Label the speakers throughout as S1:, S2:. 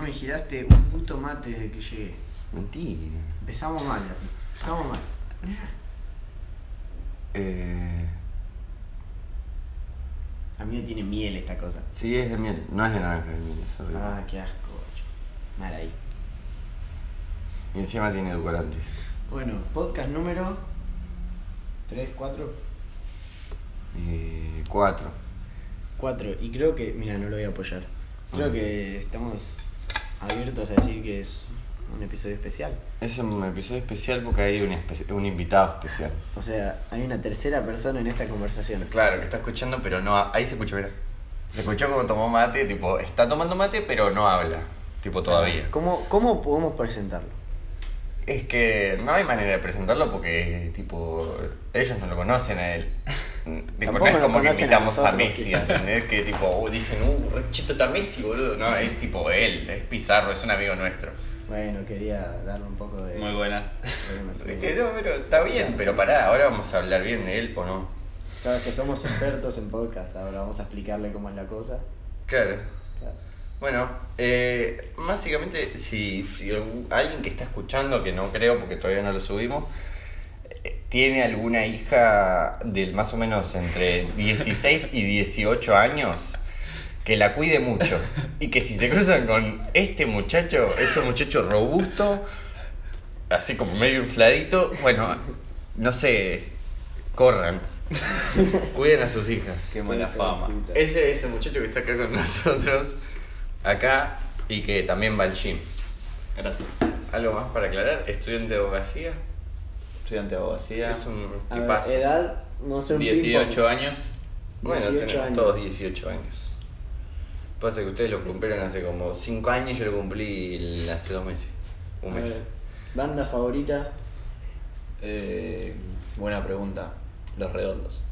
S1: me giraste un puto mate desde que llegué.
S2: Mentira.
S1: Empezamos mal, así. Empezamos mal.
S2: Eh,
S1: A mí me tiene miel esta cosa.
S2: sí, es de miel. No es de naranja, es de miel. Es horrible.
S1: Ah, qué asco, guacho. Mal ahí.
S2: Y encima tiene edulcorante.
S1: Bueno, podcast número 3, 4.
S2: Eh, cuatro.
S1: 4. Y creo que. Mira, no lo voy a apoyar. Creo
S2: Ah.
S1: que estamos abiertos a decir que es un episodio especial.
S2: Es un episodio especial porque hay un, espe- un invitado especial.
S1: O sea, hay una tercera persona en esta conversación.
S2: Claro, que está escuchando, pero no. ha- Ahí se escucha, mira. Se escuchó como tomó mate, tipo, está tomando mate, pero no habla. Tipo, todavía.
S1: ¿Cómo, cómo podemos presentarlo?
S2: Es que no hay manera de presentarlo porque, tipo, ellos no lo conocen a él. Tipo,
S1: Tampoco
S2: no es
S1: lo
S2: como que
S1: conocen a
S2: invitamos a,
S1: nosotros,
S2: Messi,
S1: quizás.
S2: ¿entendés? Que tipo, "Uh, dicen, uh, re cheto está Messi, boludo. No, es tipo él, es Pizarro, es un amigo nuestro.
S1: Bueno, quería darle un poco de.
S3: Muy buenas. Este,
S1: problemas.
S2: Viste, no, pero está bien, pero pará, ahora vamos a hablar bien de él o no.
S1: Claro, que somos expertos en podcast, ahora vamos a explicarle cómo es la cosa.
S2: Claro.
S1: Claro.
S2: Bueno, eh, básicamente, si, si algú- alguien que está escuchando, que no creo porque todavía no lo subimos, eh, tiene alguna hija de más o menos entre 16 y 18 años, que la cuide mucho. Y que si se cruzan con este muchacho, es un muchacho robusto, así como medio infladito, bueno, no sé, corran. Cuiden a sus hijas.
S3: Qué mala
S1: Hijo de
S3: fama.
S1: puta.
S2: Ese es el muchacho que está acá con nosotros, acá, y que también va al gym.
S3: Gracias.
S2: Algo más para aclarar, estudiante de abogacía,
S3: Estudiante de abogacía.
S2: es un
S1: A ver,
S2: tipazo.
S1: edad, no sé un
S3: 18 años.
S2: Bueno,
S1: 18
S2: tenemos
S1: años.
S2: todos 18 años. Pasa que ustedes lo cumplieron hace como 5 años, yo lo cumplí el- hace 2 meses, un mes.
S1: Banda favorita.
S3: Eh, buena pregunta. Los redondos.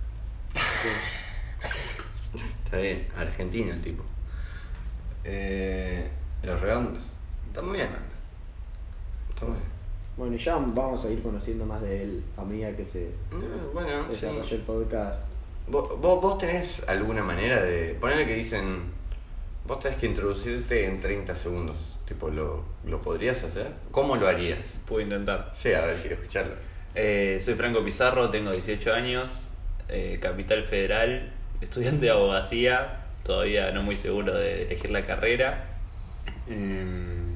S2: Está bien, argentino el tipo. Eh, los redondos, está muy bien. Está muy bien.
S1: Bueno, y ya vamos a ir conociendo más de él, amiga que se,
S2: Mm, Bueno,
S1: se
S2: sí.
S1: desarrolló el podcast.
S2: ¿Vos, vos, vos tenés alguna manera de. Ponele que dicen. Vos tenés que introducirte en 30 segundos. Tipo, ¿lo, lo podrías hacer? ¿Cómo lo harías?
S3: Pude intentar.
S2: Sí, a ver, quiero escucharlo.
S3: Eh, soy Franco Pizarro, tengo 18 años. eh, Capital Federal. Estudiante de abogacía. Todavía no muy seguro de elegir la carrera. Em,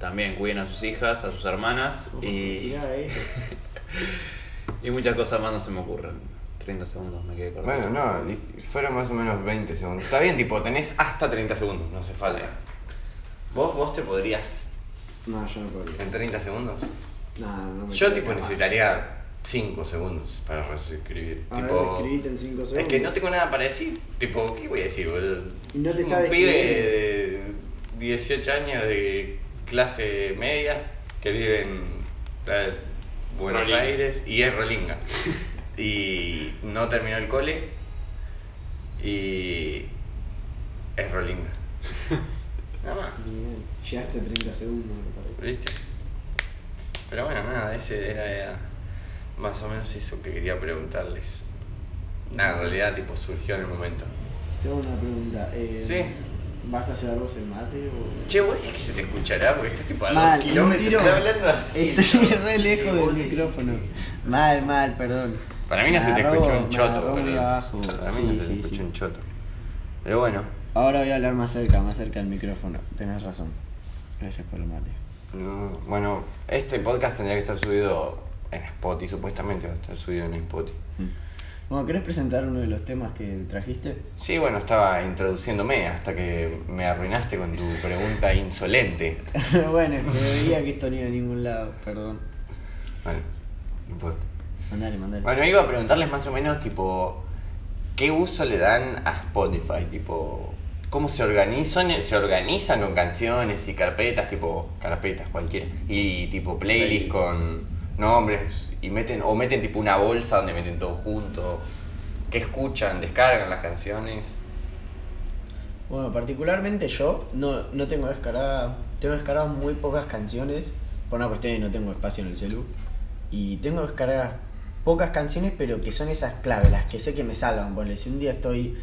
S3: también cuiden a sus hijas, a sus hermanas. Y,
S1: Mirá, eh.
S3: y muchas cosas más no se me ocurren. 30 segundos me quedé corto.
S2: Bueno, no, di- fueron más o menos 20 segundos. Está bien, tipo, tenés hasta 30 segundos, no hace falta. ¿Vos, vos te podrías
S1: No, yo no podría.
S2: en 30 segundos?
S1: No, no me
S2: Yo,
S1: creo
S2: tipo,
S1: capaz.
S2: necesitaría 5 segundos para reescribir.
S1: A ver,
S2: tipo,
S1: escribite en 5 segundos.
S2: Es que no tengo nada para decir. Tipo, ¿qué voy a decir, boludo?
S1: Y no te
S2: un
S1: está
S2: pibe
S1: describiendo.
S2: de 18 años de clase media que vive en eh, Buenos
S3: Rolinga.
S2: Aires y es rolinga. y no terminó el cole y es rolinga. Nada más.
S1: Bien, Llegaste a 30 segundos, me parece.
S2: ¿Viste? Pero bueno, nada, ese era, era más o menos eso que quería preguntarles. Nada, en realidad tipo surgió en el momento.
S1: Tengo una pregunta. Eh,
S2: Sí.
S1: ¿Vas a llevar vos el mate o.?
S2: Che, vos decís que se te escuchará porque estás tipo a
S1: Mal,
S2: dos kilómetros
S1: un tiro.
S2: estás hablando así.
S1: Estoy
S2: ¿no?
S1: re
S2: Che,
S1: lejos
S2: vos
S1: del
S2: decís
S1: micrófono. Mal, mal, perdón.
S2: que- Para mí no
S1: Me
S2: se te
S1: agarró-
S2: escuchó un
S1: me
S2: choto,
S1: agarró muy
S2: boludo.
S1: abajo.
S2: Para mí
S1: Sí,
S2: no se te
S1: sí,
S2: escuchó
S1: sí.
S2: un choto. Pero bueno,
S1: Ahora voy a hablar más cerca, más cerca del micrófono. Tenés razón. Gracias por el mate.
S2: no, bueno, este podcast tendría que estar subido en Spotify, supuestamente va a estar subido en Spotify.
S1: Mm. Bueno, ¿querés presentar uno de los temas que trajiste?
S2: Sí, bueno, estaba introduciéndome hasta que me arruinaste con tu pregunta insolente.
S1: bueno, es que veía que esto no iba a ningún lado, perdón.
S2: Bueno, no importa.
S1: Mandale, mandale.
S2: Bueno, iba a preguntarles más o menos, tipo, ¿qué uso le dan a Spotify? Tipo, ¿cómo se organizan? ¿Se organizan con canciones y carpetas? Tipo, carpetas cualquiera. Y tipo, playlists
S3: Playlist.
S2: con nombres. Y meten, o meten tipo una bolsa donde meten todo junto. ¿Qué escuchan? ¿Descargan las canciones?
S1: Bueno, particularmente yo no, no tengo descarada. Tengo descaradas muy pocas canciones. Por una cuestión de no tengo espacio en el celu. Y tengo descargadas pocas canciones, pero que son esas claves, las que sé que me salvan. Ponle, si un día estoy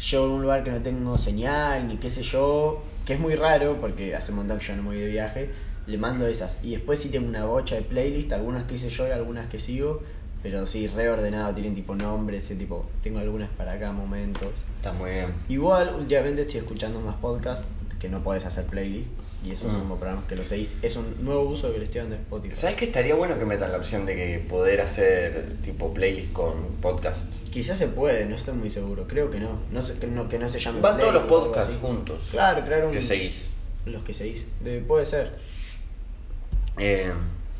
S1: yo en un lugar que no tengo señal, ni qué sé yo, que es muy raro porque hace un montón que yo no me voy de viaje, le mando esas. Y después sí tengo una bocha de playlist, algunas que hice yo y algunas que sigo, pero sí, reordenado, tienen tipo nombres, ese tipo, tengo algunas para cada momentos.
S2: Está muy bien.
S1: Igual, últimamente estoy escuchando más podcasts que no podés hacer playlist y esos
S2: Mm.
S1: son como programas que lo seguís. Es un nuevo uso que le estoy dando a Spotify.
S2: ¿Sabes que estaría bueno que metan la opción de que poder hacer tipo playlist con podcasts?
S1: Quizás se puede, no estoy muy seguro. Creo que no. No sé, que no, que no se llame.
S2: Van todos los
S1: playlist o algo
S2: podcasts
S1: así.
S2: juntos.
S1: Claro, crear un.
S2: Que seguís.
S1: Los que seguís. De- puede ser.
S2: Eh,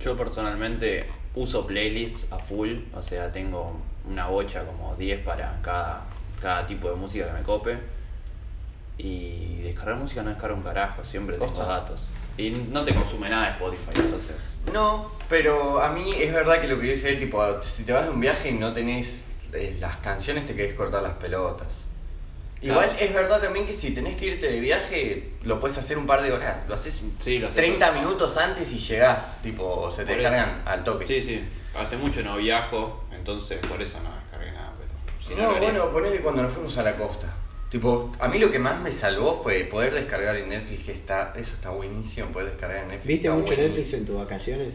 S3: Yo personalmente uso playlists a full, o sea, tengo una bocha como 10 para cada, cada tipo de música que me cope. Y descargar música no descargo un carajo, siempre tengo
S2: Posta.
S3: datos. Y no te consume nada de Spotify, entonces.
S2: no, pero a mí es verdad que lo que yo hice es tipo, ah, si te vas de un viaje y no tenés eh, las canciones, te querés cortar las pelotas.
S3: Claro.
S2: Igual es verdad también que si tenés que irte de viaje, lo puedes hacer un par de horas. Lo haces
S3: Sí, lo haces
S2: 30 minutos antes y llegás. Tipo, se te
S3: Por
S2: descargan
S3: eso.
S2: al toque.
S3: Sí, sí. Hace mucho no viajo, entonces por eso no descargué nada, pero. si
S2: no,
S3: lo haría.
S2: bueno, ponele cuando nos fuimos a la costa. Tipo, a mí lo que más me salvó fue poder descargar en Netflix, que está, eso está buenísimo, poder descargar en Netflix.
S1: ¿Viste
S2: está
S1: mucho
S2: buenísimo.
S1: Netflix en tus vacaciones?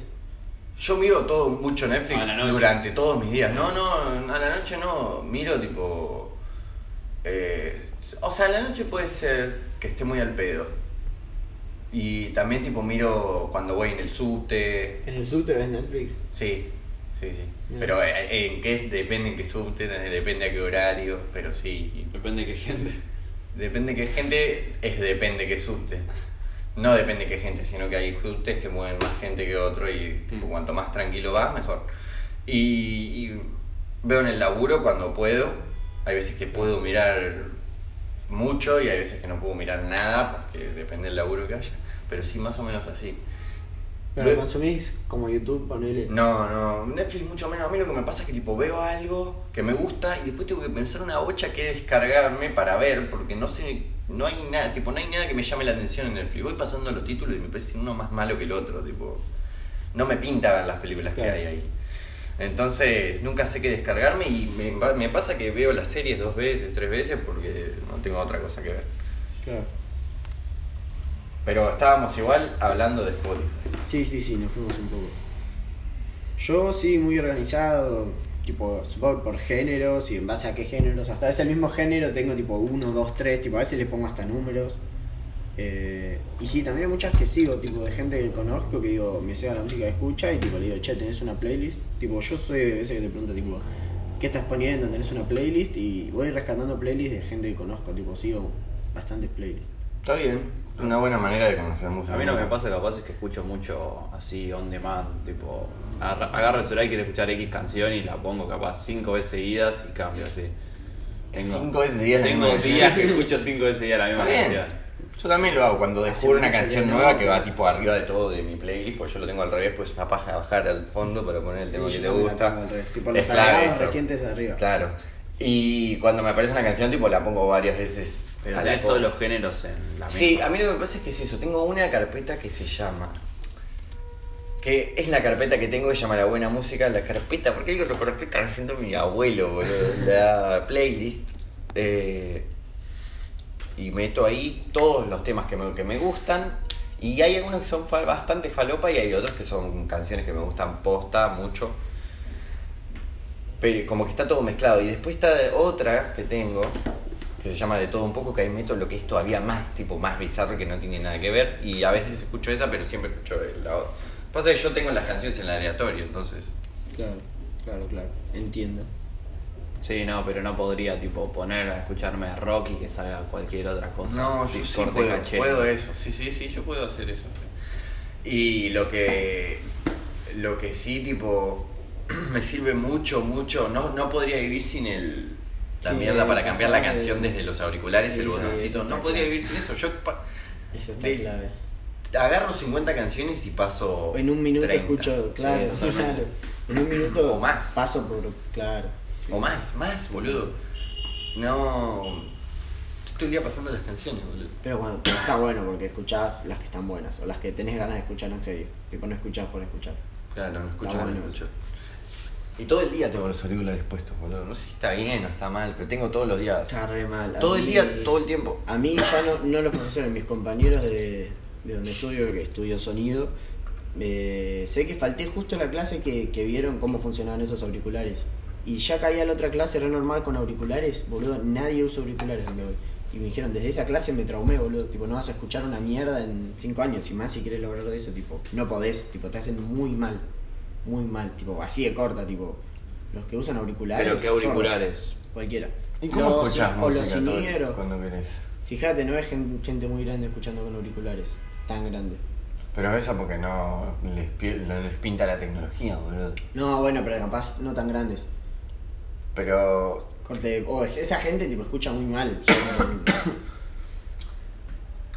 S2: Yo miro todo mucho Netflix
S3: A la noche.
S2: durante todos mis días. No, no, a la noche no. Miro tipo. eh, o sea, a la noche puede ser que esté muy al pedo. Y también tipo miro cuando voy en el subte.
S1: ¿En el sur te ves Netflix?
S2: Sí, sí, sí.
S1: Bien.
S2: Pero eh, en qué depende en qué subte, depende a qué horario, pero sí.
S3: Depende de qué gente.
S2: Depende qué gente, es depende qué subte. No depende qué gente, sino que hay subtes que mueven más gente que otro y tipo,
S3: Mm.
S2: cuanto más tranquilo vas, mejor. Y, y veo en el laburo cuando puedo. Hay veces que puedo mirar mucho y hay veces que no puedo mirar nada porque depende del laburo que haya. Pero sí, más o menos así.
S1: ¿Pero
S2: Ve-
S1: lo consumís como YouTube, ponele?
S2: no, no, Netflix mucho menos. A mí lo que me pasa es que tipo veo algo que me gusta y después tengo que pensar una bocha que descargarme para ver porque no sé, no hay nada, tipo no hay nada que me llame la atención en Netflix. Voy pasando los títulos y me parece uno más malo que el otro, tipo no me pinta ver las películas
S1: Claro.
S2: que hay ahí. Entonces nunca sé qué descargarme y me, va- me pasa que veo las series dos veces, tres veces porque no tengo otra cosa que ver.
S1: Claro.
S2: Pero estábamos igual hablando de Spotify.
S1: Sí, sí, sí, nos fuimos un poco. Yo sí, muy organizado, tipo, supongo que por géneros y en base a qué géneros. Hasta es el mismo género tengo tipo 1, 2, 3, tipo, a veces le pongo hasta números. Eh, y sí, también hay muchas que sigo, tipo, de gente que conozco que digo, me sea la música que escucha y tipo, le digo, che, ¿tenés una playlist? Tipo, yo soy de ese que te pregunta, tipo, ¿qué estás poniendo? ¿Tenés una playlist? Y voy rescatando playlists de gente que conozco, tipo, sigo bastantes playlists.
S2: Está bien, una buena manera de conocer música.
S3: A mí lo que me pasa capaz es que escucho mucho así on demand, tipo, agarra- agarro el celular y quiero escuchar X canción y la pongo capaz cinco veces seguidas y cambio así.
S2: Cinco veces seguidas la
S3: Tengo
S2: misma
S3: días
S2: canción.
S3: que escucho cinco veces seguidas la misma
S2: Está bien.
S3: canción.
S2: Yo también lo hago cuando descubro una
S1: mucho
S2: canción
S1: que no.
S2: nueva que va tipo arriba de todo de mi playlist, pues yo lo tengo al revés, pues es una paja bajar al fondo para poner el tema
S1: Sí,
S2: que te
S1: yo también la
S2: gusta.
S1: tengo al revés, tipo, los
S2: Es clave
S1: agregados
S2: eso.
S1: recientes arriba.
S2: Claro. Y cuando me aparece una canción, tipo la pongo varias veces.
S3: Pero
S2: a la
S3: tenés
S2: co-
S3: todos los géneros en la misma.
S2: Sí, a mí lo que me pasa es que es eso. Tengo una carpeta que se llama. Que es la carpeta que tengo que llama la buena música. La carpeta, ¿por qué digo la carpeta? Me siento mi abuelo, boludo. La playlist. eh, y meto ahí todos los temas que me, que me gustan. Y hay algunos que son fa- bastante falopa y hay otros que son canciones que me gustan posta mucho. Pero como que está todo mezclado. Y después está otra que tengo, que se llama De todo un poco, que ahí meto lo que es todavía más, tipo, más bizarro que no tiene nada que ver. Y a veces escucho esa, pero siempre escucho la otra. Pasa que yo tengo las canciones en aleatorio, entonces.
S1: Claro, claro, claro. Entiendo.
S2: ah.
S3: Sí, no, pero no podría tipo poner a escucharme rock y que salga cualquier otra cosa. Tipo, corte cachero.
S2: eso. Sí, sí, sí, yo puedo hacer eso. Y lo que. Lo que sí, tipo. Me sirve mucho, mucho. No, no podría vivir sin el. La
S1: Sí,
S2: mierda para cambiar la
S1: pasar de-
S2: canción desde los auriculares,
S1: Sí,
S2: el
S1: sí, eso
S2: botoncito.
S1: está
S2: no podría
S1: claro.
S2: vivir sin eso. Yo pa-
S1: Eso está
S2: De-
S1: clave.
S2: agarro 50 canciones y paso.
S1: En un minuto
S2: 30.
S1: escucho,
S2: Sí,
S1: claro,
S2: totalmente.
S1: claro. En un minuto
S2: O más.
S1: paso por, claro.
S2: O más, más, boludo. No. Estoy todo el día pasando las canciones, boludo.
S1: Pero bueno, pero está bueno porque escuchás las que están buenas o las que tenés ganas de escuchar en serio. Tipo, no escuchás por escuchar.
S2: Claro, no escucho, no
S1: bueno.
S2: escucho. Y todo el día tengo los auriculares puestos, boludo. No sé si está bien o está mal, pero tengo todos los días.
S1: Está re mal. A
S2: Todo el
S1: mí-
S2: día, todo el tiempo.
S1: A mí ya no, no los profesores, mis compañeros de, de donde estudio, que estudio sonido, eh, sé que falté justo en la clase que, que vieron cómo funcionaban esos auriculares. Y ya caía la otra clase, era normal con auriculares, boludo, nadie usa auriculares donde voy. Y me dijeron, desde esa clase me traumé, boludo, tipo, no vas a escuchar una mierda en cinco años, y más si quieres lograr eso, tipo, no podés, tipo, te hacen muy mal, muy mal, tipo, así de corta, tipo, los que usan auriculares.
S3: Pero qué
S1: sordos,
S3: auriculares.
S1: cualquiera.
S2: ¿Y cómo
S1: Los-
S2: escuchás
S1: O los
S2: música todo el-
S1: ingenieros.
S2: cuando querés?
S1: Fíjate, no es gen- gente muy grande escuchando con auriculares. Tan grande.
S2: Pero eso porque no les, pi- no les pinta la tecnología, boludo.
S1: No, bueno, pero capaz no tan grandes.
S2: Pero
S1: Corte, oh, es- esa gente tipo escucha muy mal. Ya no-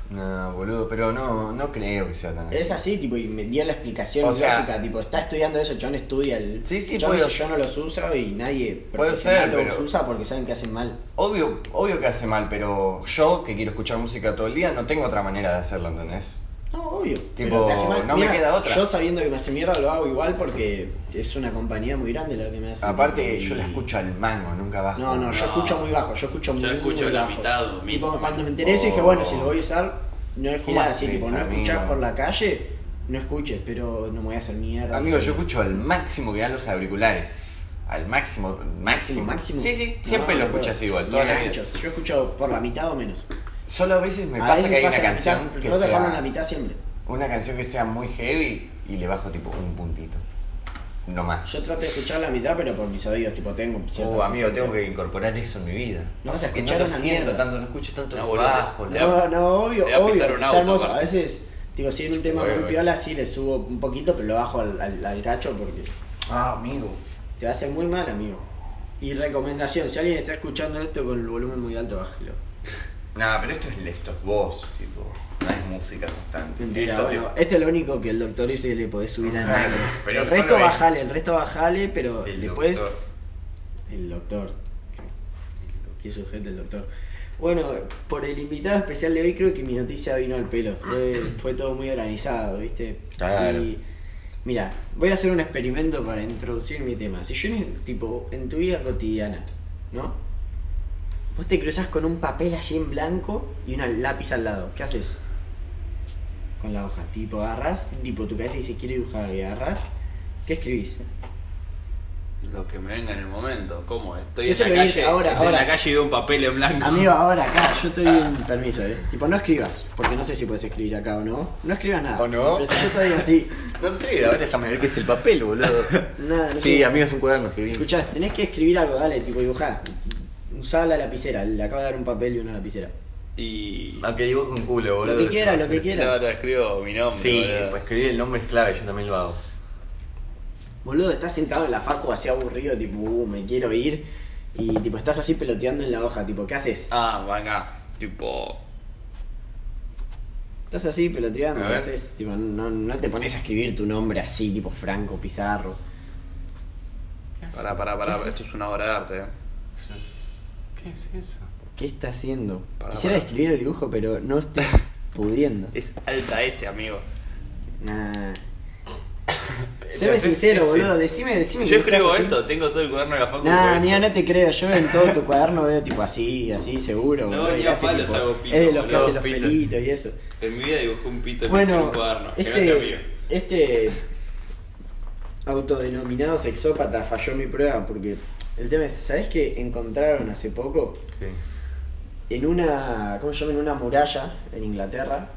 S2: No, boludo, pero no, no creo que sea tan así.
S1: es así, tipo, y me dio la explicación
S2: O sea-
S1: gráfica, tipo, está estudiando eso, John estudia el.
S2: Sí, sí,
S1: John
S2: puede
S1: dice, yo no los uso y nadie
S2: Puede
S1: profesional
S2: ser,
S1: los
S2: pero-
S1: usa porque saben que hacen mal.
S2: Obvio, obvio que hace mal, pero yo que quiero escuchar música todo el día no tengo otra manera de hacerlo, ¿entendés?
S1: No, obvio.
S2: Tipo, no me queda otra.
S1: Yo sabiendo que me hace mierda lo hago igual porque es una compañía muy grande la que me hace.
S2: Aparte,
S1: Y-
S2: yo la escucho al mango, nunca bajo.
S1: No, no, yo
S3: No.
S1: escucho muy bajo, yo escucho muy
S3: Yo escucho
S1: muy
S3: la
S1: bajo.
S3: mitad, dos mil.
S1: Tipo, cuando me enteré eso dije, bueno, si lo voy a usar, no es
S2: ¿Cómo
S1: gilada, así,
S2: haces,
S1: tipo, no escuchás
S2: amigo?
S1: por la calle, no escuches, pero no me voy a hacer mierda.
S2: Amigo,
S1: no sé.
S2: yo escucho al máximo que dan los auriculares. Al máximo, máximo.
S1: máximo.
S2: Sí, sí,
S1: No,
S2: siempre
S1: no
S2: lo
S1: puedo.
S2: escuchas igual,
S1: Ni
S2: toda
S1: a
S2: la vida.
S1: ganchos, Yo escucho por la mitad o menos.
S2: Solo a veces me
S1: A
S2: pasa
S1: veces
S2: que hay
S1: pasa
S2: una
S1: la mitad,
S2: canción
S1: pero
S2: que
S1: trato de dejarlo en
S2: sea,
S1: la mitad siempre.
S2: una canción que sea muy heavy y le bajo tipo un puntito. No más.
S1: Yo trato de escuchar la mitad, pero por mis oídos, tipo, tengo cierta
S2: Oh, amigo,
S1: presencia.
S2: tengo que incorporar eso en mi vida.
S1: No vas a
S2: Pasa que
S1: escuchar
S2: no lo
S1: una
S2: siento
S1: mierda.
S2: tanto, no escucho tanto
S3: No,
S2: el
S3: boludo,
S2: bajo.
S3: te-
S2: la-
S1: No, no, obvio,
S3: Te va a
S1: obvio.
S3: pisar un
S1: está
S3: auto,
S1: hermoso.
S3: aparte.
S1: A veces, digo, si es un tema
S2: Bueno,
S1: muy
S2: es-
S1: piola, sí le subo un poquito, pero lo bajo al, al, al cacho porque
S2: Ah, amigo.
S1: te va a hacer muy mal, amigo. Y recomendación, si alguien está escuchando esto con el volumen muy alto, bájelo.
S2: Nah, pero esto es, esto es voz, tipo. No es música constante.
S1: Mentira,
S2: Esto,
S1: bueno,
S2: tipo,
S1: este es lo único que el doctor dice que le podés subir al
S2: Ah,
S1: mango.
S2: pero
S1: el
S2: solo
S1: resto
S2: él.
S1: bajale, el resto bajale, pero
S2: el
S1: después.
S2: doctor.
S1: El doctor. Qué sujeto el doctor. Bueno, por el invitado especial de hoy creo que mi noticia vino al pelo. Fue, fue todo muy organizado, ¿viste?
S2: Claro.
S1: Y mira, voy a hacer un experimento para introducir mi tema. Si yo, en- tipo, en tu vida cotidiana, ¿no? Vos te cruzas con un papel así en blanco y una lápiz al lado. ¿Qué haces? Con la hoja. Tipo, agarras, tipo, tu cabeza dice quiero dibujar y agarras. ¿Qué escribís?
S3: Lo que me venga en el momento. ¿Cómo? Estoy
S1: Eso
S3: en la
S1: lo dije
S3: calle.
S1: ahora,
S3: estoy
S1: ahora.
S3: en la calle y veo un papel en blanco.
S1: Amigo, ahora acá, yo te doy un permiso, eh. Tipo, no escribas, porque no sé si puedes escribir acá o no. No escribas nada.
S2: ¿O no?
S1: Pero si yo te digo así,
S2: No sé, a ver, déjame ver qué es el papel, boludo.
S1: Nada, no
S2: sí,
S1: sé.
S2: amigo, es un cuaderno, escribí.
S1: escuchás, tenés que escribir algo, dale, tipo, dibujá. Usá la lapicera, le acabo de dar un papel y una lapicera.
S3: Y.
S2: Aunque dibujo un culo, boludo.
S1: Lo que quiera, lo que quiera.
S3: No, no, escribo mi nombre.
S2: Sí,
S3: boludo.
S2: pues escribir el nombre es clave, yo también lo hago.
S1: Boludo, estás sentado en la facu así aburrido, tipo, uh, me quiero ir. Y tipo, estás así peloteando en la hoja, tipo, ¿qué haces?
S3: Ah, venga. Tipo.
S1: Estás así peloteando,
S2: A
S1: ¿qué
S2: ver.
S1: haces? Tipo, no, no te pones a escribir tu nombre así, tipo Franco Pizarro.
S3: Pará, pará, pará. Esto es una obra de arte. eh.
S2: ¿Qué es eso?
S1: ¿Qué está haciendo?
S3: Pará,
S1: Quisiera
S3: pará.
S1: escribir el dibujo, pero no estoy pudiendo.
S3: Es alta S, amigo.
S1: Nah.
S2: Lo
S1: Séme
S2: haces-
S1: sincero,
S2: es-
S1: boludo. Decime, decime. que
S3: Yo
S1: estás
S3: escribo
S1: así.
S3: esto, tengo todo el cuaderno de la facu.
S1: Nah,
S3: puesto.
S1: mira, no te creo. Yo en todo tu cuaderno veo tipo así, así, seguro.
S3: No,
S1: boludo, y
S3: ni a
S1: hace,
S3: palos
S1: tipo-
S3: hago pito,
S1: Es de los que
S3: boludo,
S1: hace los
S3: pito.
S1: pelitos y eso.
S3: En mi vida dibujé un pito en un
S1: Bueno,
S3: cuaderno. Que no sea mío.
S1: este, este autodenominado sexópata falló mi prueba porque el tema es, ¿sabés qué encontraron hace poco? en una, ¿cómo se llama? En una muralla en Inglaterra,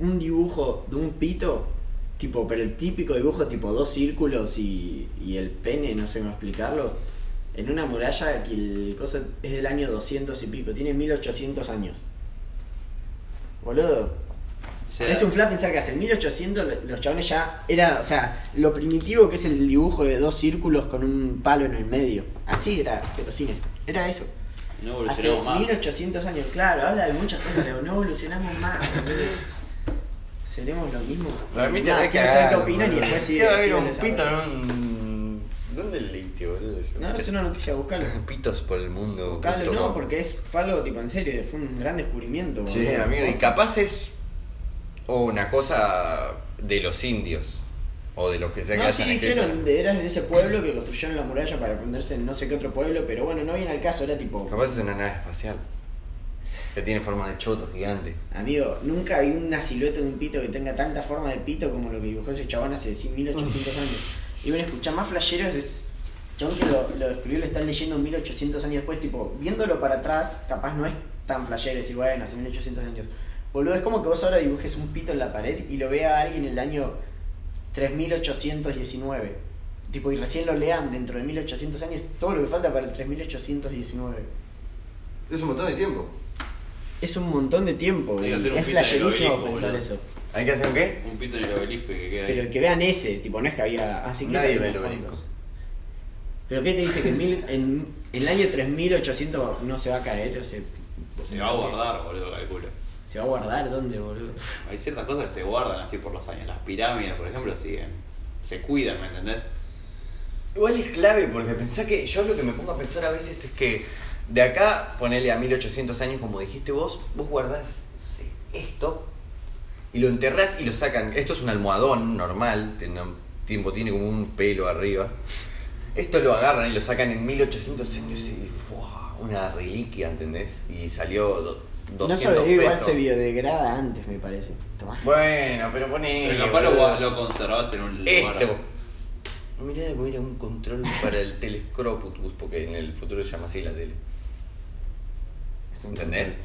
S1: un dibujo de un pito, tipo, pero el típico dibujo, tipo dos círculos y, y el pene, no sé cómo explicarlo, en una muralla que el cosa es del año 200 y pico, tiene 1800 años. Boludo,
S3: O sea,
S1: es un flash pensar que hace 1800 lo- los chabones ya era, o sea, lo primitivo que es el dibujo de dos círculos con un palo en el medio. Así era, pero sin esto. Era eso.
S3: No
S1: Hace
S3: evolucionamos más.
S1: 1800 años, claro, habla de muchas cosas, pero no evolucionamos más. boludo. Seremos lo mismo.
S2: Para mí tendrá
S1: Nada,
S2: que
S1: quiero saber qué
S2: haber,
S1: opinan y
S2: boludo.
S1: después sí.
S2: Debe
S1: sí
S2: haber un
S1: les hablo.
S2: pito en un... ¿Dónde leíste, boludo? eso?
S1: No, es una noticia, buscalo.
S2: Pitos por el mundo.
S1: Buscalo,
S2: punto
S1: no,
S2: com.
S1: porque es, fue algo tipo en serio, fue un gran descubrimiento.
S2: Sí,
S1: boludo.
S2: amigo, y capaz es o una cosa de los indios. O de lo que sea que
S1: No, sí,
S2: hayan escrito.
S1: dijeron, de- eras de ese pueblo que construyeron la muralla para defenderse en no sé qué otro pueblo, pero bueno, no viene al caso, era tipo...
S2: Capaz es una nave espacial. Que tiene forma de choto gigante.
S1: Amigo, nunca vi una silueta de un pito que tenga tanta forma de pito como lo que dibujó ese chabón hace 100, 1800 años. Y bueno, escuchar más flasheros es... Chabón que lo, lo descubrió lo están leyendo 1800 años después, tipo, viéndolo para atrás, capaz no es tan flashero, es igual, hace 1800 años. Boludo, es como que vos ahora dibujes un pito en la pared y lo vea alguien en el año 3819. Tipo, y recién lo lean dentro de 1800 años, todo lo que falta para el 3819.
S4: Es un montón de tiempo.
S1: Es un montón de tiempo,
S3: Hay que
S1: güey.
S3: hacer un
S1: Es
S3: pita en el
S1: flasherísimo
S3: obelisco,
S1: pensar
S3: boludo.
S1: eso.
S2: ¿Hay que hacer un qué?
S3: Un pito en el obelisco y que queda ahí.
S1: Pero que vean ese, tipo, no es que había. Así que
S2: Nadie
S1: había
S2: ve el
S1: unos
S2: obelisco.
S1: cuantos. Pero ¿qué te dice que en, mil- en- en el año 3800 no se va a caer? O se,
S3: Se va a guardar, boludo, calculo.
S1: ¿Se va a guardar dónde, boludo?
S3: Hay ciertas cosas que se guardan así por los años. Las pirámides, por ejemplo, siguen. Se cuidan, ¿me entendés?
S2: Igual es clave, porque pensá que yo lo que me pongo a pensar a veces es que de acá, ponele a 1800 años, como dijiste vos, vos guardás sí, esto y lo enterrás y lo sacan. Esto es un almohadón normal, tiene, tiempo, tiene como un pelo arriba. Esto lo agarran y lo sacan en 1800 años y ¡fua! una reliquia, ¿entendés? Y salió do-
S1: No
S2: 200
S1: sobrevive, igual
S2: pesos.
S1: se biodegrada antes, me parece. Tomá.
S2: Bueno, pero pone...
S3: Pero capaz lo, gua- lo conservás en un lugar.
S2: Esto. Mirá, voy a ir a un control para el telescroputus, porque en el futuro se llama así la tele.
S1: Es un
S2: ¿Entendés?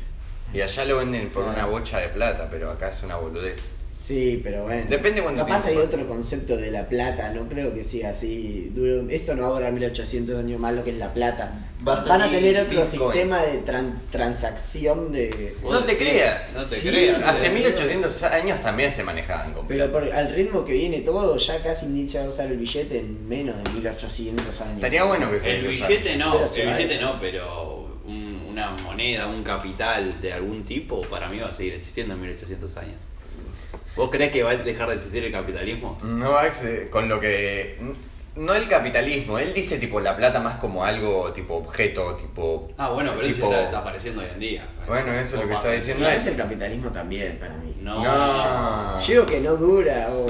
S2: Y allá lo venden por una bocha de plata, pero acá es una boludez.
S1: Sí, pero bueno.
S2: Depende cuánto
S1: Capaz hay
S2: tiempo pase.
S1: otro concepto de la plata, no creo que siga así. Duro. Esto no va a durar 1800 años más lo que es la plata.
S2: Va a
S1: Van a
S2: salir
S1: tener otro
S2: bitcoins.
S1: sistema de tran- transacción de.
S3: Vos
S2: No te
S3: decís,
S2: creas.
S3: No te
S1: Sí,
S3: creas.
S2: Hace
S1: sí.
S2: 1800 años también se manejaban con
S1: Pero
S2: plata.
S1: por- al ritmo que viene todo, ya casi ni se va a usar el billete en menos de 1800 años.
S2: Estaría bueno que se eh.
S3: El
S2: usara.
S3: billete no,
S1: Pero
S3: el
S1: se va a
S3: billete
S1: ir.
S3: no, pero un- una moneda, un capital de algún tipo, para mí va a seguir existiendo en 1800 años. ¿Vos crees que va a dejar de existir el capitalismo?
S2: No va a exce- con lo que. No el capitalismo, él dice tipo la plata más como algo tipo objeto, tipo.
S3: Ah, bueno, pero eso
S2: tipo-
S3: ya está desapareciendo hoy en día.
S2: Bueno, eso es lo que está diciendo
S1: Quizás el capitalismo también para mí.
S3: No.
S2: No.
S1: Yo digo que no dura o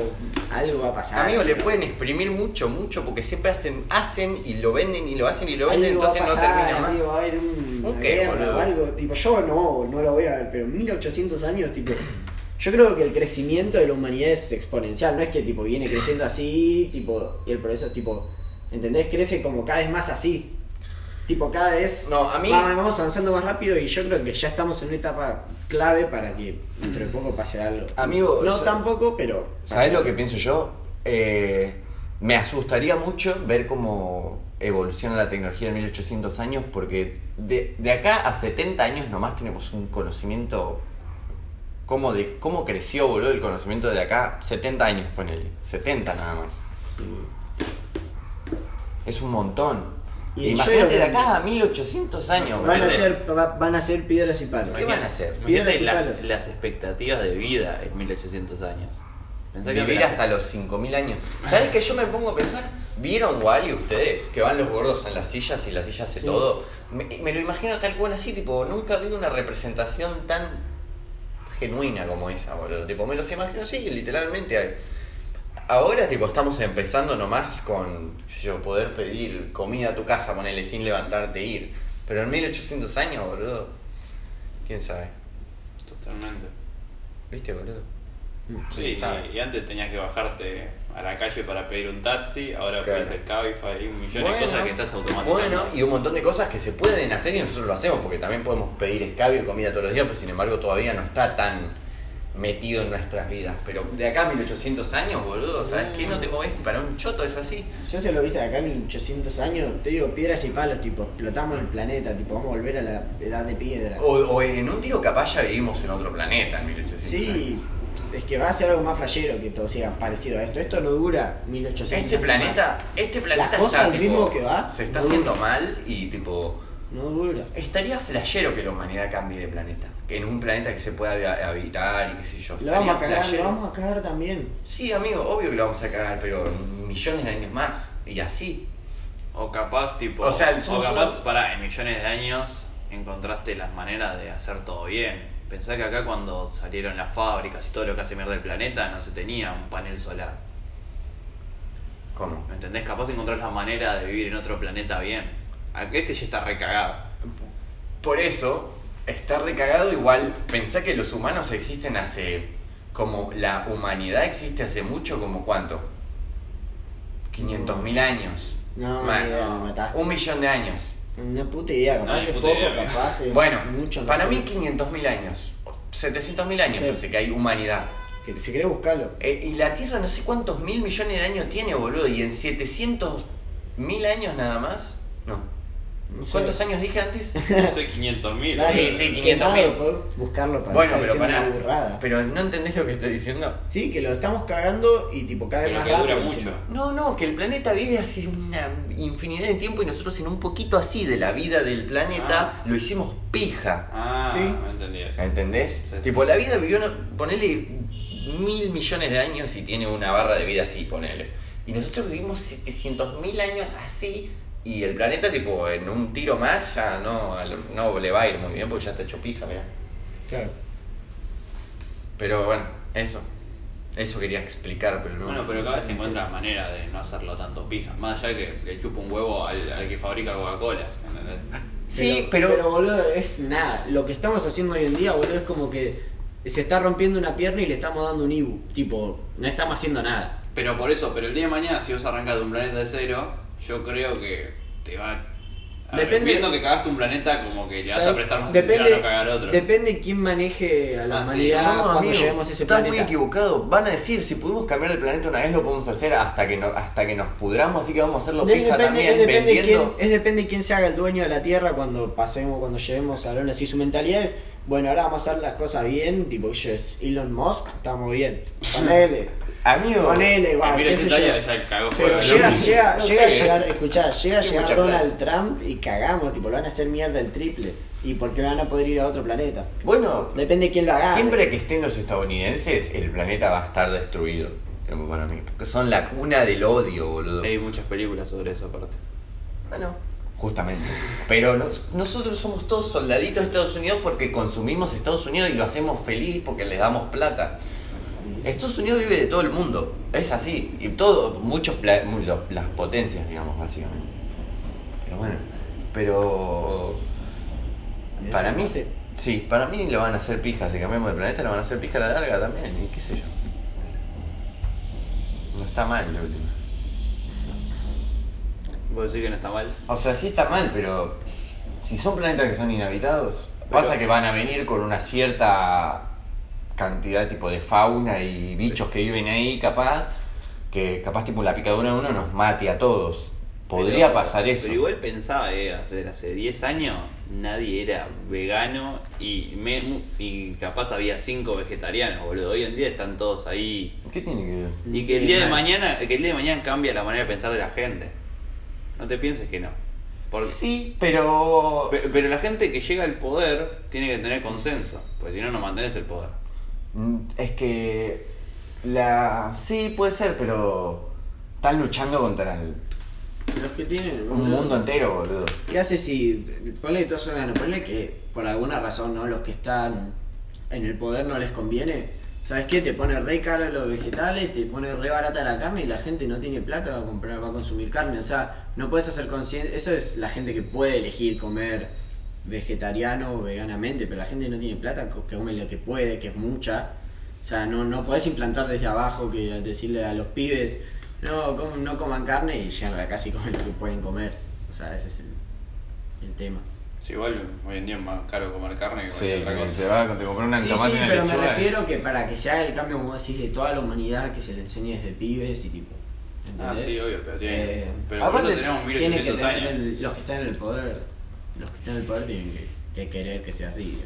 S1: algo va a pasar.
S2: Amigo, le
S1: pero
S2: pueden exprimir mucho, mucho, porque siempre hacen, hacen y lo venden y lo hacen y lo venden,
S1: algo va a
S2: entonces no
S1: pasar,
S2: termina más.
S1: amigo, va a haber un,
S2: ¿Un
S1: una
S2: qué,
S1: guerra
S2: boludo?
S1: o algo. Tipo, yo no, no lo voy a ver, pero en 1800 años, tipo. Yo creo que el crecimiento de la humanidad es exponencial, no es que tipo viene creciendo así, tipo, y el progreso, tipo, ¿entendés? Crece como cada vez más así. Tipo, cada vez
S2: No, a mí-
S1: va- vamos avanzando más rápido y yo creo que ya estamos en una etapa clave para que dentro de poco pase algo.
S2: Amigo,
S1: No
S2: yo-
S1: tampoco, pero.
S2: ¿Sabes
S1: pase
S2: lo
S1: algo.
S2: que pienso yo? Eh, me asustaría mucho ver cómo evoluciona la tecnología en 1800 años, porque de, de acá a 70 años nomás tenemos un conocimiento. ¿Cómo, de, cómo creció, boludo, el conocimiento de acá? 70 años, ponele. 70 nada más.
S1: Sí.
S2: Es un montón.
S1: Y yo
S2: Imagínate
S1: digo
S2: de
S1: que-
S2: acá a 1800 años,
S1: Van a
S2: ponele.
S1: ser, va- van a ser piedras y palos.
S2: ¿Qué van a hacer?
S1: Piedras
S3: Imagínate
S1: y
S3: las,
S1: palos.
S3: las expectativas de vida en 1800 años. Pensá que
S2: Vivir
S3: la-
S2: hasta los 5.000 años. ¿Sabes que yo me pongo a pensar? ¿Vieron Wally ustedes? Que van los gordos en las sillas y la silla hace
S1: Sí.
S2: todo. Me, me lo imagino tal cual así, tipo, nunca vi una representación tan genuina como esa, boludo. Tipo, me los imagino así, literalmente. Ahora, tipo, estamos empezando nomás con, qué sé yo, poder pedir comida a tu casa, ponele, sin levantarte e ir. Pero en 1800 años, boludo, quién sabe.
S3: Totalmente.
S2: ¿Viste, boludo?
S3: Sí,
S2: sabe.
S3: y, y antes tenías que bajarte a la calle para pedir un taxi, ahora
S2: Claro.
S3: puedes el Cabify, hay un millón de cosas que estás automatizando.
S2: Bueno, y un montón de cosas que se pueden hacer y nosotros lo hacemos, porque también podemos pedir escabio y comida todos los días, pero sin embargo todavía no está tan metido en nuestras vidas. Pero de acá a 1800 años, boludo, ¿sabes qué? No te moves para un choto, es así.
S1: Yo se lo hice acá en 800 años, te digo, piedras y palos, tipo, explotamos el planeta, tipo, vamos a volver a la edad de piedra.
S2: O, o en un tiro capaz ya vivimos en otro planeta en 1800
S1: sí,
S2: años.
S1: es que va a ser algo más flashero que todo sea parecido a esto. Esto no dura 1800 años.
S2: Este planeta, este planeta
S1: Las cosas,
S2: está,
S1: el
S2: tipo,
S1: ritmo que va,
S2: se está
S1: no-
S2: haciendo mal y tipo...
S1: más. No dura.
S2: Estaría flashero que la humanidad cambie de planeta. En un planeta que se pueda hab- habitar y qué sé yo.
S1: Lo vamos a
S2: Estaría
S1: cagar, lo
S2: flashero.
S1: vamos a cagar también.
S2: Sí, amigo, obvio que lo vamos a cagar, pero millones de años más. Y así.
S3: O capaz, tipo.
S2: O sea,
S3: o
S2: somos
S3: capaz,
S2: una-
S3: pará, en millones de años encontraste las maneras de hacer todo bien. Pensá que acá cuando salieron las fábricas y todo lo que hace mierda el planeta no se tenía un panel solar.
S2: ¿Cómo?
S3: ¿Me entendés? Capaz encontrás la manera de vivir en otro planeta bien. Este ya está recagado.
S2: Por eso, está recagado igual. Pensá que los humanos existen hace. como la humanidad existe hace mucho, como cuánto? 500.000 años.
S1: No,
S2: más.
S1: idea, me mataste.
S2: Un millón de años.
S1: Una puta idea,
S3: No,
S1: capaz
S3: ni
S1: es
S3: puta
S1: poco,
S3: idea, amigo.
S1: capaz es
S2: Bueno,
S1: mucho. no
S2: para
S1: sé.
S2: mí 500.000 años. 700.000 años
S1: Sí.
S2: hace que hay humanidad.
S1: Que Si querés buscarlo.
S2: Eh, y la Tierra no sé cuántos mil millones de años tiene, boludo. Y en 700 mil años nada más. No.
S1: No sé.
S2: ¿Cuántos años dije antes?
S3: Yo soy 500.000.
S1: Dale,
S2: sí,
S1: qué
S2: 500.000.
S1: malo poder buscarlo para
S2: bueno,
S1: estar
S2: pero
S1: haciendo
S2: pará.
S1: una burrada.
S2: Pero no entendés lo que estoy diciendo.
S1: Sí, que lo estamos cagando y tipo cada vez
S3: Pero
S1: más
S3: que dura
S1: rápido,
S3: mucho.
S1: encima.
S2: No, no, que el planeta vive hace una infinidad de tiempo y nosotros en un poquito así de la vida del planeta lo hicimos pija.
S3: Ah,
S1: Sí.
S3: no entendí eso.
S2: ¿Entendés?
S3: Sí, sí.
S2: Tipo, la vida vivió, no- ponele mil millones de años y tiene una barra de vida así, ponele. Y nosotros vivimos 700 mil años así y el planeta, tipo, en un tiro más ya no, no le va a ir muy bien porque ya está hecho pija, mirá.
S1: Claro.
S2: Pero bueno, eso. Eso quería explicar, pero no.
S3: Bueno, pero cada vez se encuentra manera de no hacerlo tanto pija. Más allá que le chupa un huevo al, al que fabrica Coca-Cola, ¿entendés?
S2: sí, pero...
S1: Pero boludo, es nada. Lo que estamos haciendo hoy en día, boludo, es como que se está rompiendo una pierna y le estamos dando un ibu. Tipo, no estamos haciendo nada.
S3: Pero por eso, pero el día de mañana, si vos arrancas de un planeta de cero, yo creo que te va. a ver,
S1: Depende-
S3: Viendo que cagaste un planeta, como que le vas
S1: ¿Sabes?
S3: a prestar más
S1: depende,
S3: atención a no cagar otro.
S1: Depende quién maneje a la
S3: Ah, sí,
S1: humanidad
S2: No,
S1: cuando
S2: amigo,
S1: lleguemos a ese
S2: estás
S1: planeta.
S2: muy equivocado. Van a decir, si pudimos cambiar el planeta una vez, lo podemos hacer hasta que, no, hasta que nos pudramos, así que vamos a hacerlo
S1: No, es
S2: pija
S1: depende,
S2: también,
S1: es depende quién,
S2: vendiendo...
S1: es depende quién se haga el dueño de la tierra cuando pasemos, cuando lleguemos a Lona. Si su mentalidad es, bueno, ahora vamos a hacer las cosas bien, tipo, yo es Elon Musk, estamos bien. Ponele,
S2: Amigo,
S1: eh, ponele,
S3: Ah,
S1: igual,
S3: mira,
S1: qué
S3: ese
S1: sé yo.
S3: Italia ya cagó
S1: Pero
S3: fuego,
S1: llega,
S3: ¿no?
S1: llega,
S2: No
S1: llega a
S2: sé.
S1: llegar, escuchá, llega a
S2: Hay
S1: llegar
S2: mucha
S1: Donald Trump y cagamos, tipo, lo van a hacer mierda el triple. ¿Y por qué van a poder ir a otro planeta?
S2: Bueno,
S1: Depende de quién lo haga.
S2: siempre que estén los estadounidenses, el planeta va a estar destruido. como Para mí. Porque son la cuna del odio, boludo.
S1: Eh,
S3: Hay muchas películas sobre eso, aparte.
S2: Bueno, justamente. Pero nos- nosotros somos todos soldaditos de Estados Unidos porque consumimos Estados Unidos y lo hacemos feliz porque les damos plata. Estados Unidos vive de todo el mundo, es así. Y todo, muchos, pla- mu- los- las potencias, digamos, básicamente. Pero bueno, pero. Para mí, se- sí, para mí lo van a hacer pija. Si cambiamos de planeta, lo van a hacer pija a la larga también, y qué sé yo. No está mal, la última.
S3: ¿Vos decís que no está mal?
S2: O sea, sí está mal, pero si son planetas que son inhabitados, pasa que van a venir con una cierta cantidad tipo de fauna y bichos que viven ahí, capaz, que capaz tipo la picadura de uno nos mate a todos. Podría
S3: Pero-
S2: pasar eso.
S3: Pero igual pensaba, eh, hace- hace 10 años nadie era vegano y, me- y capaz había 5 vegetarianos, boludo. Hoy en día están todos ahí.
S2: ¿Qué tiene que ver?
S3: Y que el día de
S1: Mal.
S3: mañana, que el día de mañana cambia la manera de pensar de la gente. No te pienses que no. Porque-
S2: Sí, pero...
S3: pe- Pero la gente que llega al poder tiene que tener consenso, porque si no, no mantenés el poder.
S2: Mm, Es que... La... Sí, puede ser, pero... Están luchando contra el-
S1: Los que tienen
S2: un mundo entero, boludo.
S1: ¿Qué hace si. Ponle que todos son veganos, ponle que por alguna razón, ¿no? Los que están en el poder no les conviene. ¿Sabes qué? Te pone re caro los vegetales, te pone re barata la carne y la gente no tiene plata para comprar, para consumir carne. O sea, no puedes hacer conciencia. Eso es la gente que puede elegir comer vegetariano o veganamente, pero la gente que no tiene plata, co- que come lo que puede, que es mucha. O sea, no, no podés implantar desde abajo que decirle a los pibes, no, com- no coman carne y llegan a la casa y comen lo que pueden comer. O sea, ese es el, el tema.
S3: Si igual hoy en día es más caro comer carne que
S2: Sí,
S3: cualquier otra
S2: que
S3: cosa.
S2: se va, te compras una
S1: Sí,
S2: tomate y
S1: sí,
S2: una
S1: pero me
S2: lechuga. eh.
S1: refiero que para que se haga el cambio, como decís, de toda la humanidad, que se le enseñe desde pibes y tipo.
S3: Ah,
S1: ¿entendés?
S3: sí, obvio, pero tiene.
S1: Eh,
S3: pero por
S2: aparte,
S3: eso tenemos
S1: Tiene que
S3: 1500
S1: tener
S3: años.
S1: el- los que están en el poder, los que están en el poder tienen que, que querer que sea así.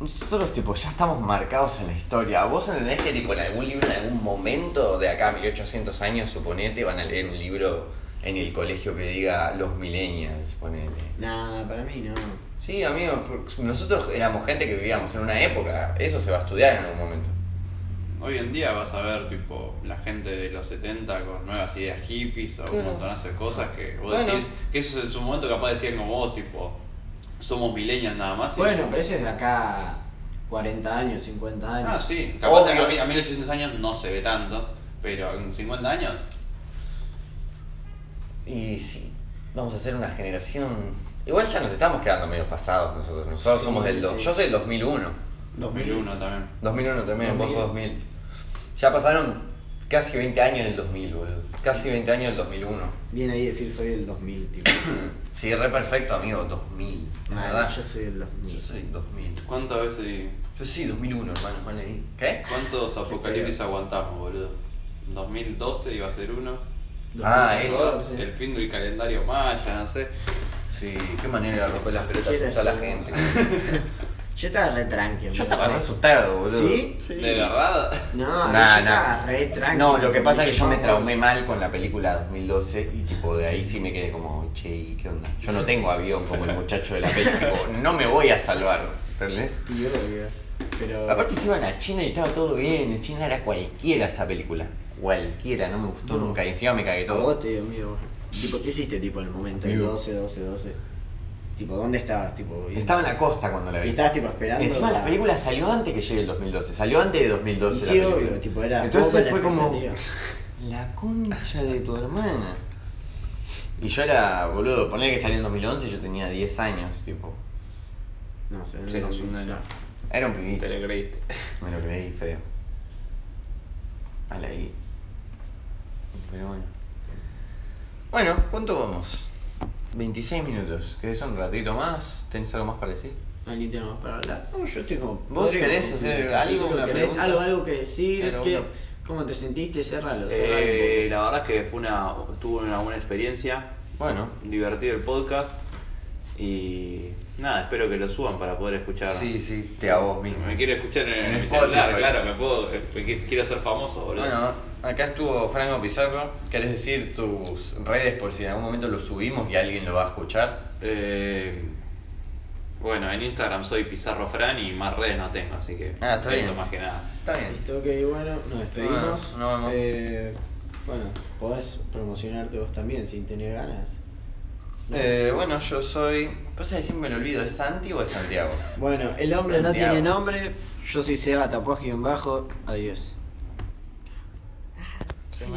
S2: Nosotros, tipo, ya estamos marcados en la historia. ¿Vos entendés que, tipo, en algún libro, en algún momento de acá, 1800 años, suponete, van a leer un libro en el colegio que diga los millennials, ponele?
S1: Nada, para mí no.
S2: Sí, amigo, porque nosotros éramos gente que vivíamos en una época. Eso se va a estudiar en algún momento.
S3: Hoy en día vas a ver tipo la gente de los 70 con nuevas ideas hippies o un
S2: Claro.
S3: montonazo de cosas que vos
S2: Bueno.
S3: decís que eso en su momento capaz decían como vos, tipo, somos millennials nada más. y-
S1: Bueno, pero eso es de acá 40 años, 50 años.
S3: Ah, sí, capaz
S2: Obvio.
S3: que a mil- a 1800 años no se ve tanto, pero en 50 años
S2: Y sí, vamos a ser una generación. Igual ya nos estamos quedando medio pasados nosotros. Nosotros
S1: Sí,
S2: somos del. dos-
S1: sí.
S2: Yo soy del 2001.
S3: 2001 también.
S2: 2001 también, vos
S1: 2000.
S2: sos 2000. Ya pasaron casi 20 años del 2000, boludo. Casi 20 años del 2001.
S1: Viene ahí decir soy del 2000, tipo.
S2: Sí, re perfecto, amigo, 2000. La
S1: Mal,
S2: ¿Verdad?
S1: yo soy del 2000.
S2: Yo soy 2000.
S3: ¿Cuántas veces
S2: Yo sí, 2001, hermano, mal leí. ¿Qué?
S3: cuántos apocalipsis aguantamos, boludo? 2012 iba a ser uno.
S2: Ah, eso.
S1: 2014.
S3: El fin del calendario maya, no sé.
S2: Sí, qué manera de romper las
S1: ¿Qué
S2: pelotas a la
S1: era
S2: gente.
S1: eso? Yo estaba re tranqui,
S2: Yo
S1: amigo.
S2: estaba re asustado, boludo.
S1: ¿Sí? Sí.
S3: ¿De verdad?
S2: No,
S1: No, no, yo estaba re tranqui.
S2: No, lo que pasa es que yo me
S1: chupaba-
S2: traumé mal con la película 2012 y tipo de ahí sí me quedé como, che, ¿y ¿qué onda? Yo no tengo avión como el muchacho de la película, no me voy a salvar, ¿entendés?
S1: Y yo, boludo. Pero.
S2: Aparte se iban a China y estaba todo bien, en China era cualquiera esa película, cualquiera, no me gustó
S1: No.
S2: nunca y encima me cagué
S1: A vos
S2: todo.
S1: te dio miedo. Tipo, ¿qué hiciste tipo en el momento?
S2: Amigo.
S1: 12, 12, 12. Tipo, ¿dónde estabas? Tipo, y-
S2: Estaba en la costa cuando la
S1: y
S2: vi.
S1: estabas tipo esperando.
S2: Encima la
S1: a-
S2: película salió antes que llegue el 2012, salió antes de 2012
S1: Y
S2: la
S1: sí,
S2: película.
S1: obvio, tipo, era todo
S2: Entonces
S1: con
S2: fue
S1: la
S2: como
S1: expectativa.
S2: la concha de tu hermana. Y yo era, boludo, poner que salió en 2011 yo tenía 10 años, tipo.
S1: No sé, no
S3: Sí,
S1: sé.
S3: es un año.
S2: Era un pibito.
S3: Te lo creíste.
S2: Me lo creí feo. A la I. Pero bueno. Bueno, ¿cuánto vamos? 26 minutos, que es un ratito más. ¿Tenés algo más para decir?
S1: ¿Alguien tiene más para hablar? No, yo estoy como.
S2: ¿Vos
S1: podría
S2: querés
S1: concluir
S2: hacer algo,
S1: el capítulo,
S2: una
S1: ¿querés
S2: pregunta?
S1: Algo, algo que decir,
S2: Pero
S1: es que.
S2: una-
S1: ¿Cómo te sentiste? Cerralo, cerralo.
S3: Eh, la verdad es que fue una, tuvo una buena experiencia.
S2: Bueno.
S3: divertido el podcast. Y nada, espero que lo suban para poder escuchar.
S2: Sí, sí, te a vos mismo.
S3: Me quiero escuchar
S2: En
S3: en, el
S2: Spotify.
S3: celular, claro, me puedo, eh, me qui- quiero ser famoso, boludo.
S2: Bueno, acá estuvo Franco Pizarro. ¿Querés decir tus redes por si en algún momento lo subimos y alguien lo va a escuchar?
S3: Eh, bueno, en Instagram soy Pizarro Fran y más redes no tengo, así que
S2: Ah, está
S3: eso
S2: bien.
S3: más que nada.
S2: Está bien.
S1: Listo, ok, bueno, nos despedimos.
S2: Nos vemos.
S1: Eh, bueno, podés promocionarte vos también si tenés ganas. No.
S2: Eh, bueno, yo soy. Pasa que siempre me lo olvido, ¿es Santi o es Santiago?
S1: Bueno, el hombre no
S2: Santiago.
S1: tiene nombre. Yo soy Seba Tapuaje y un bajo. Adiós.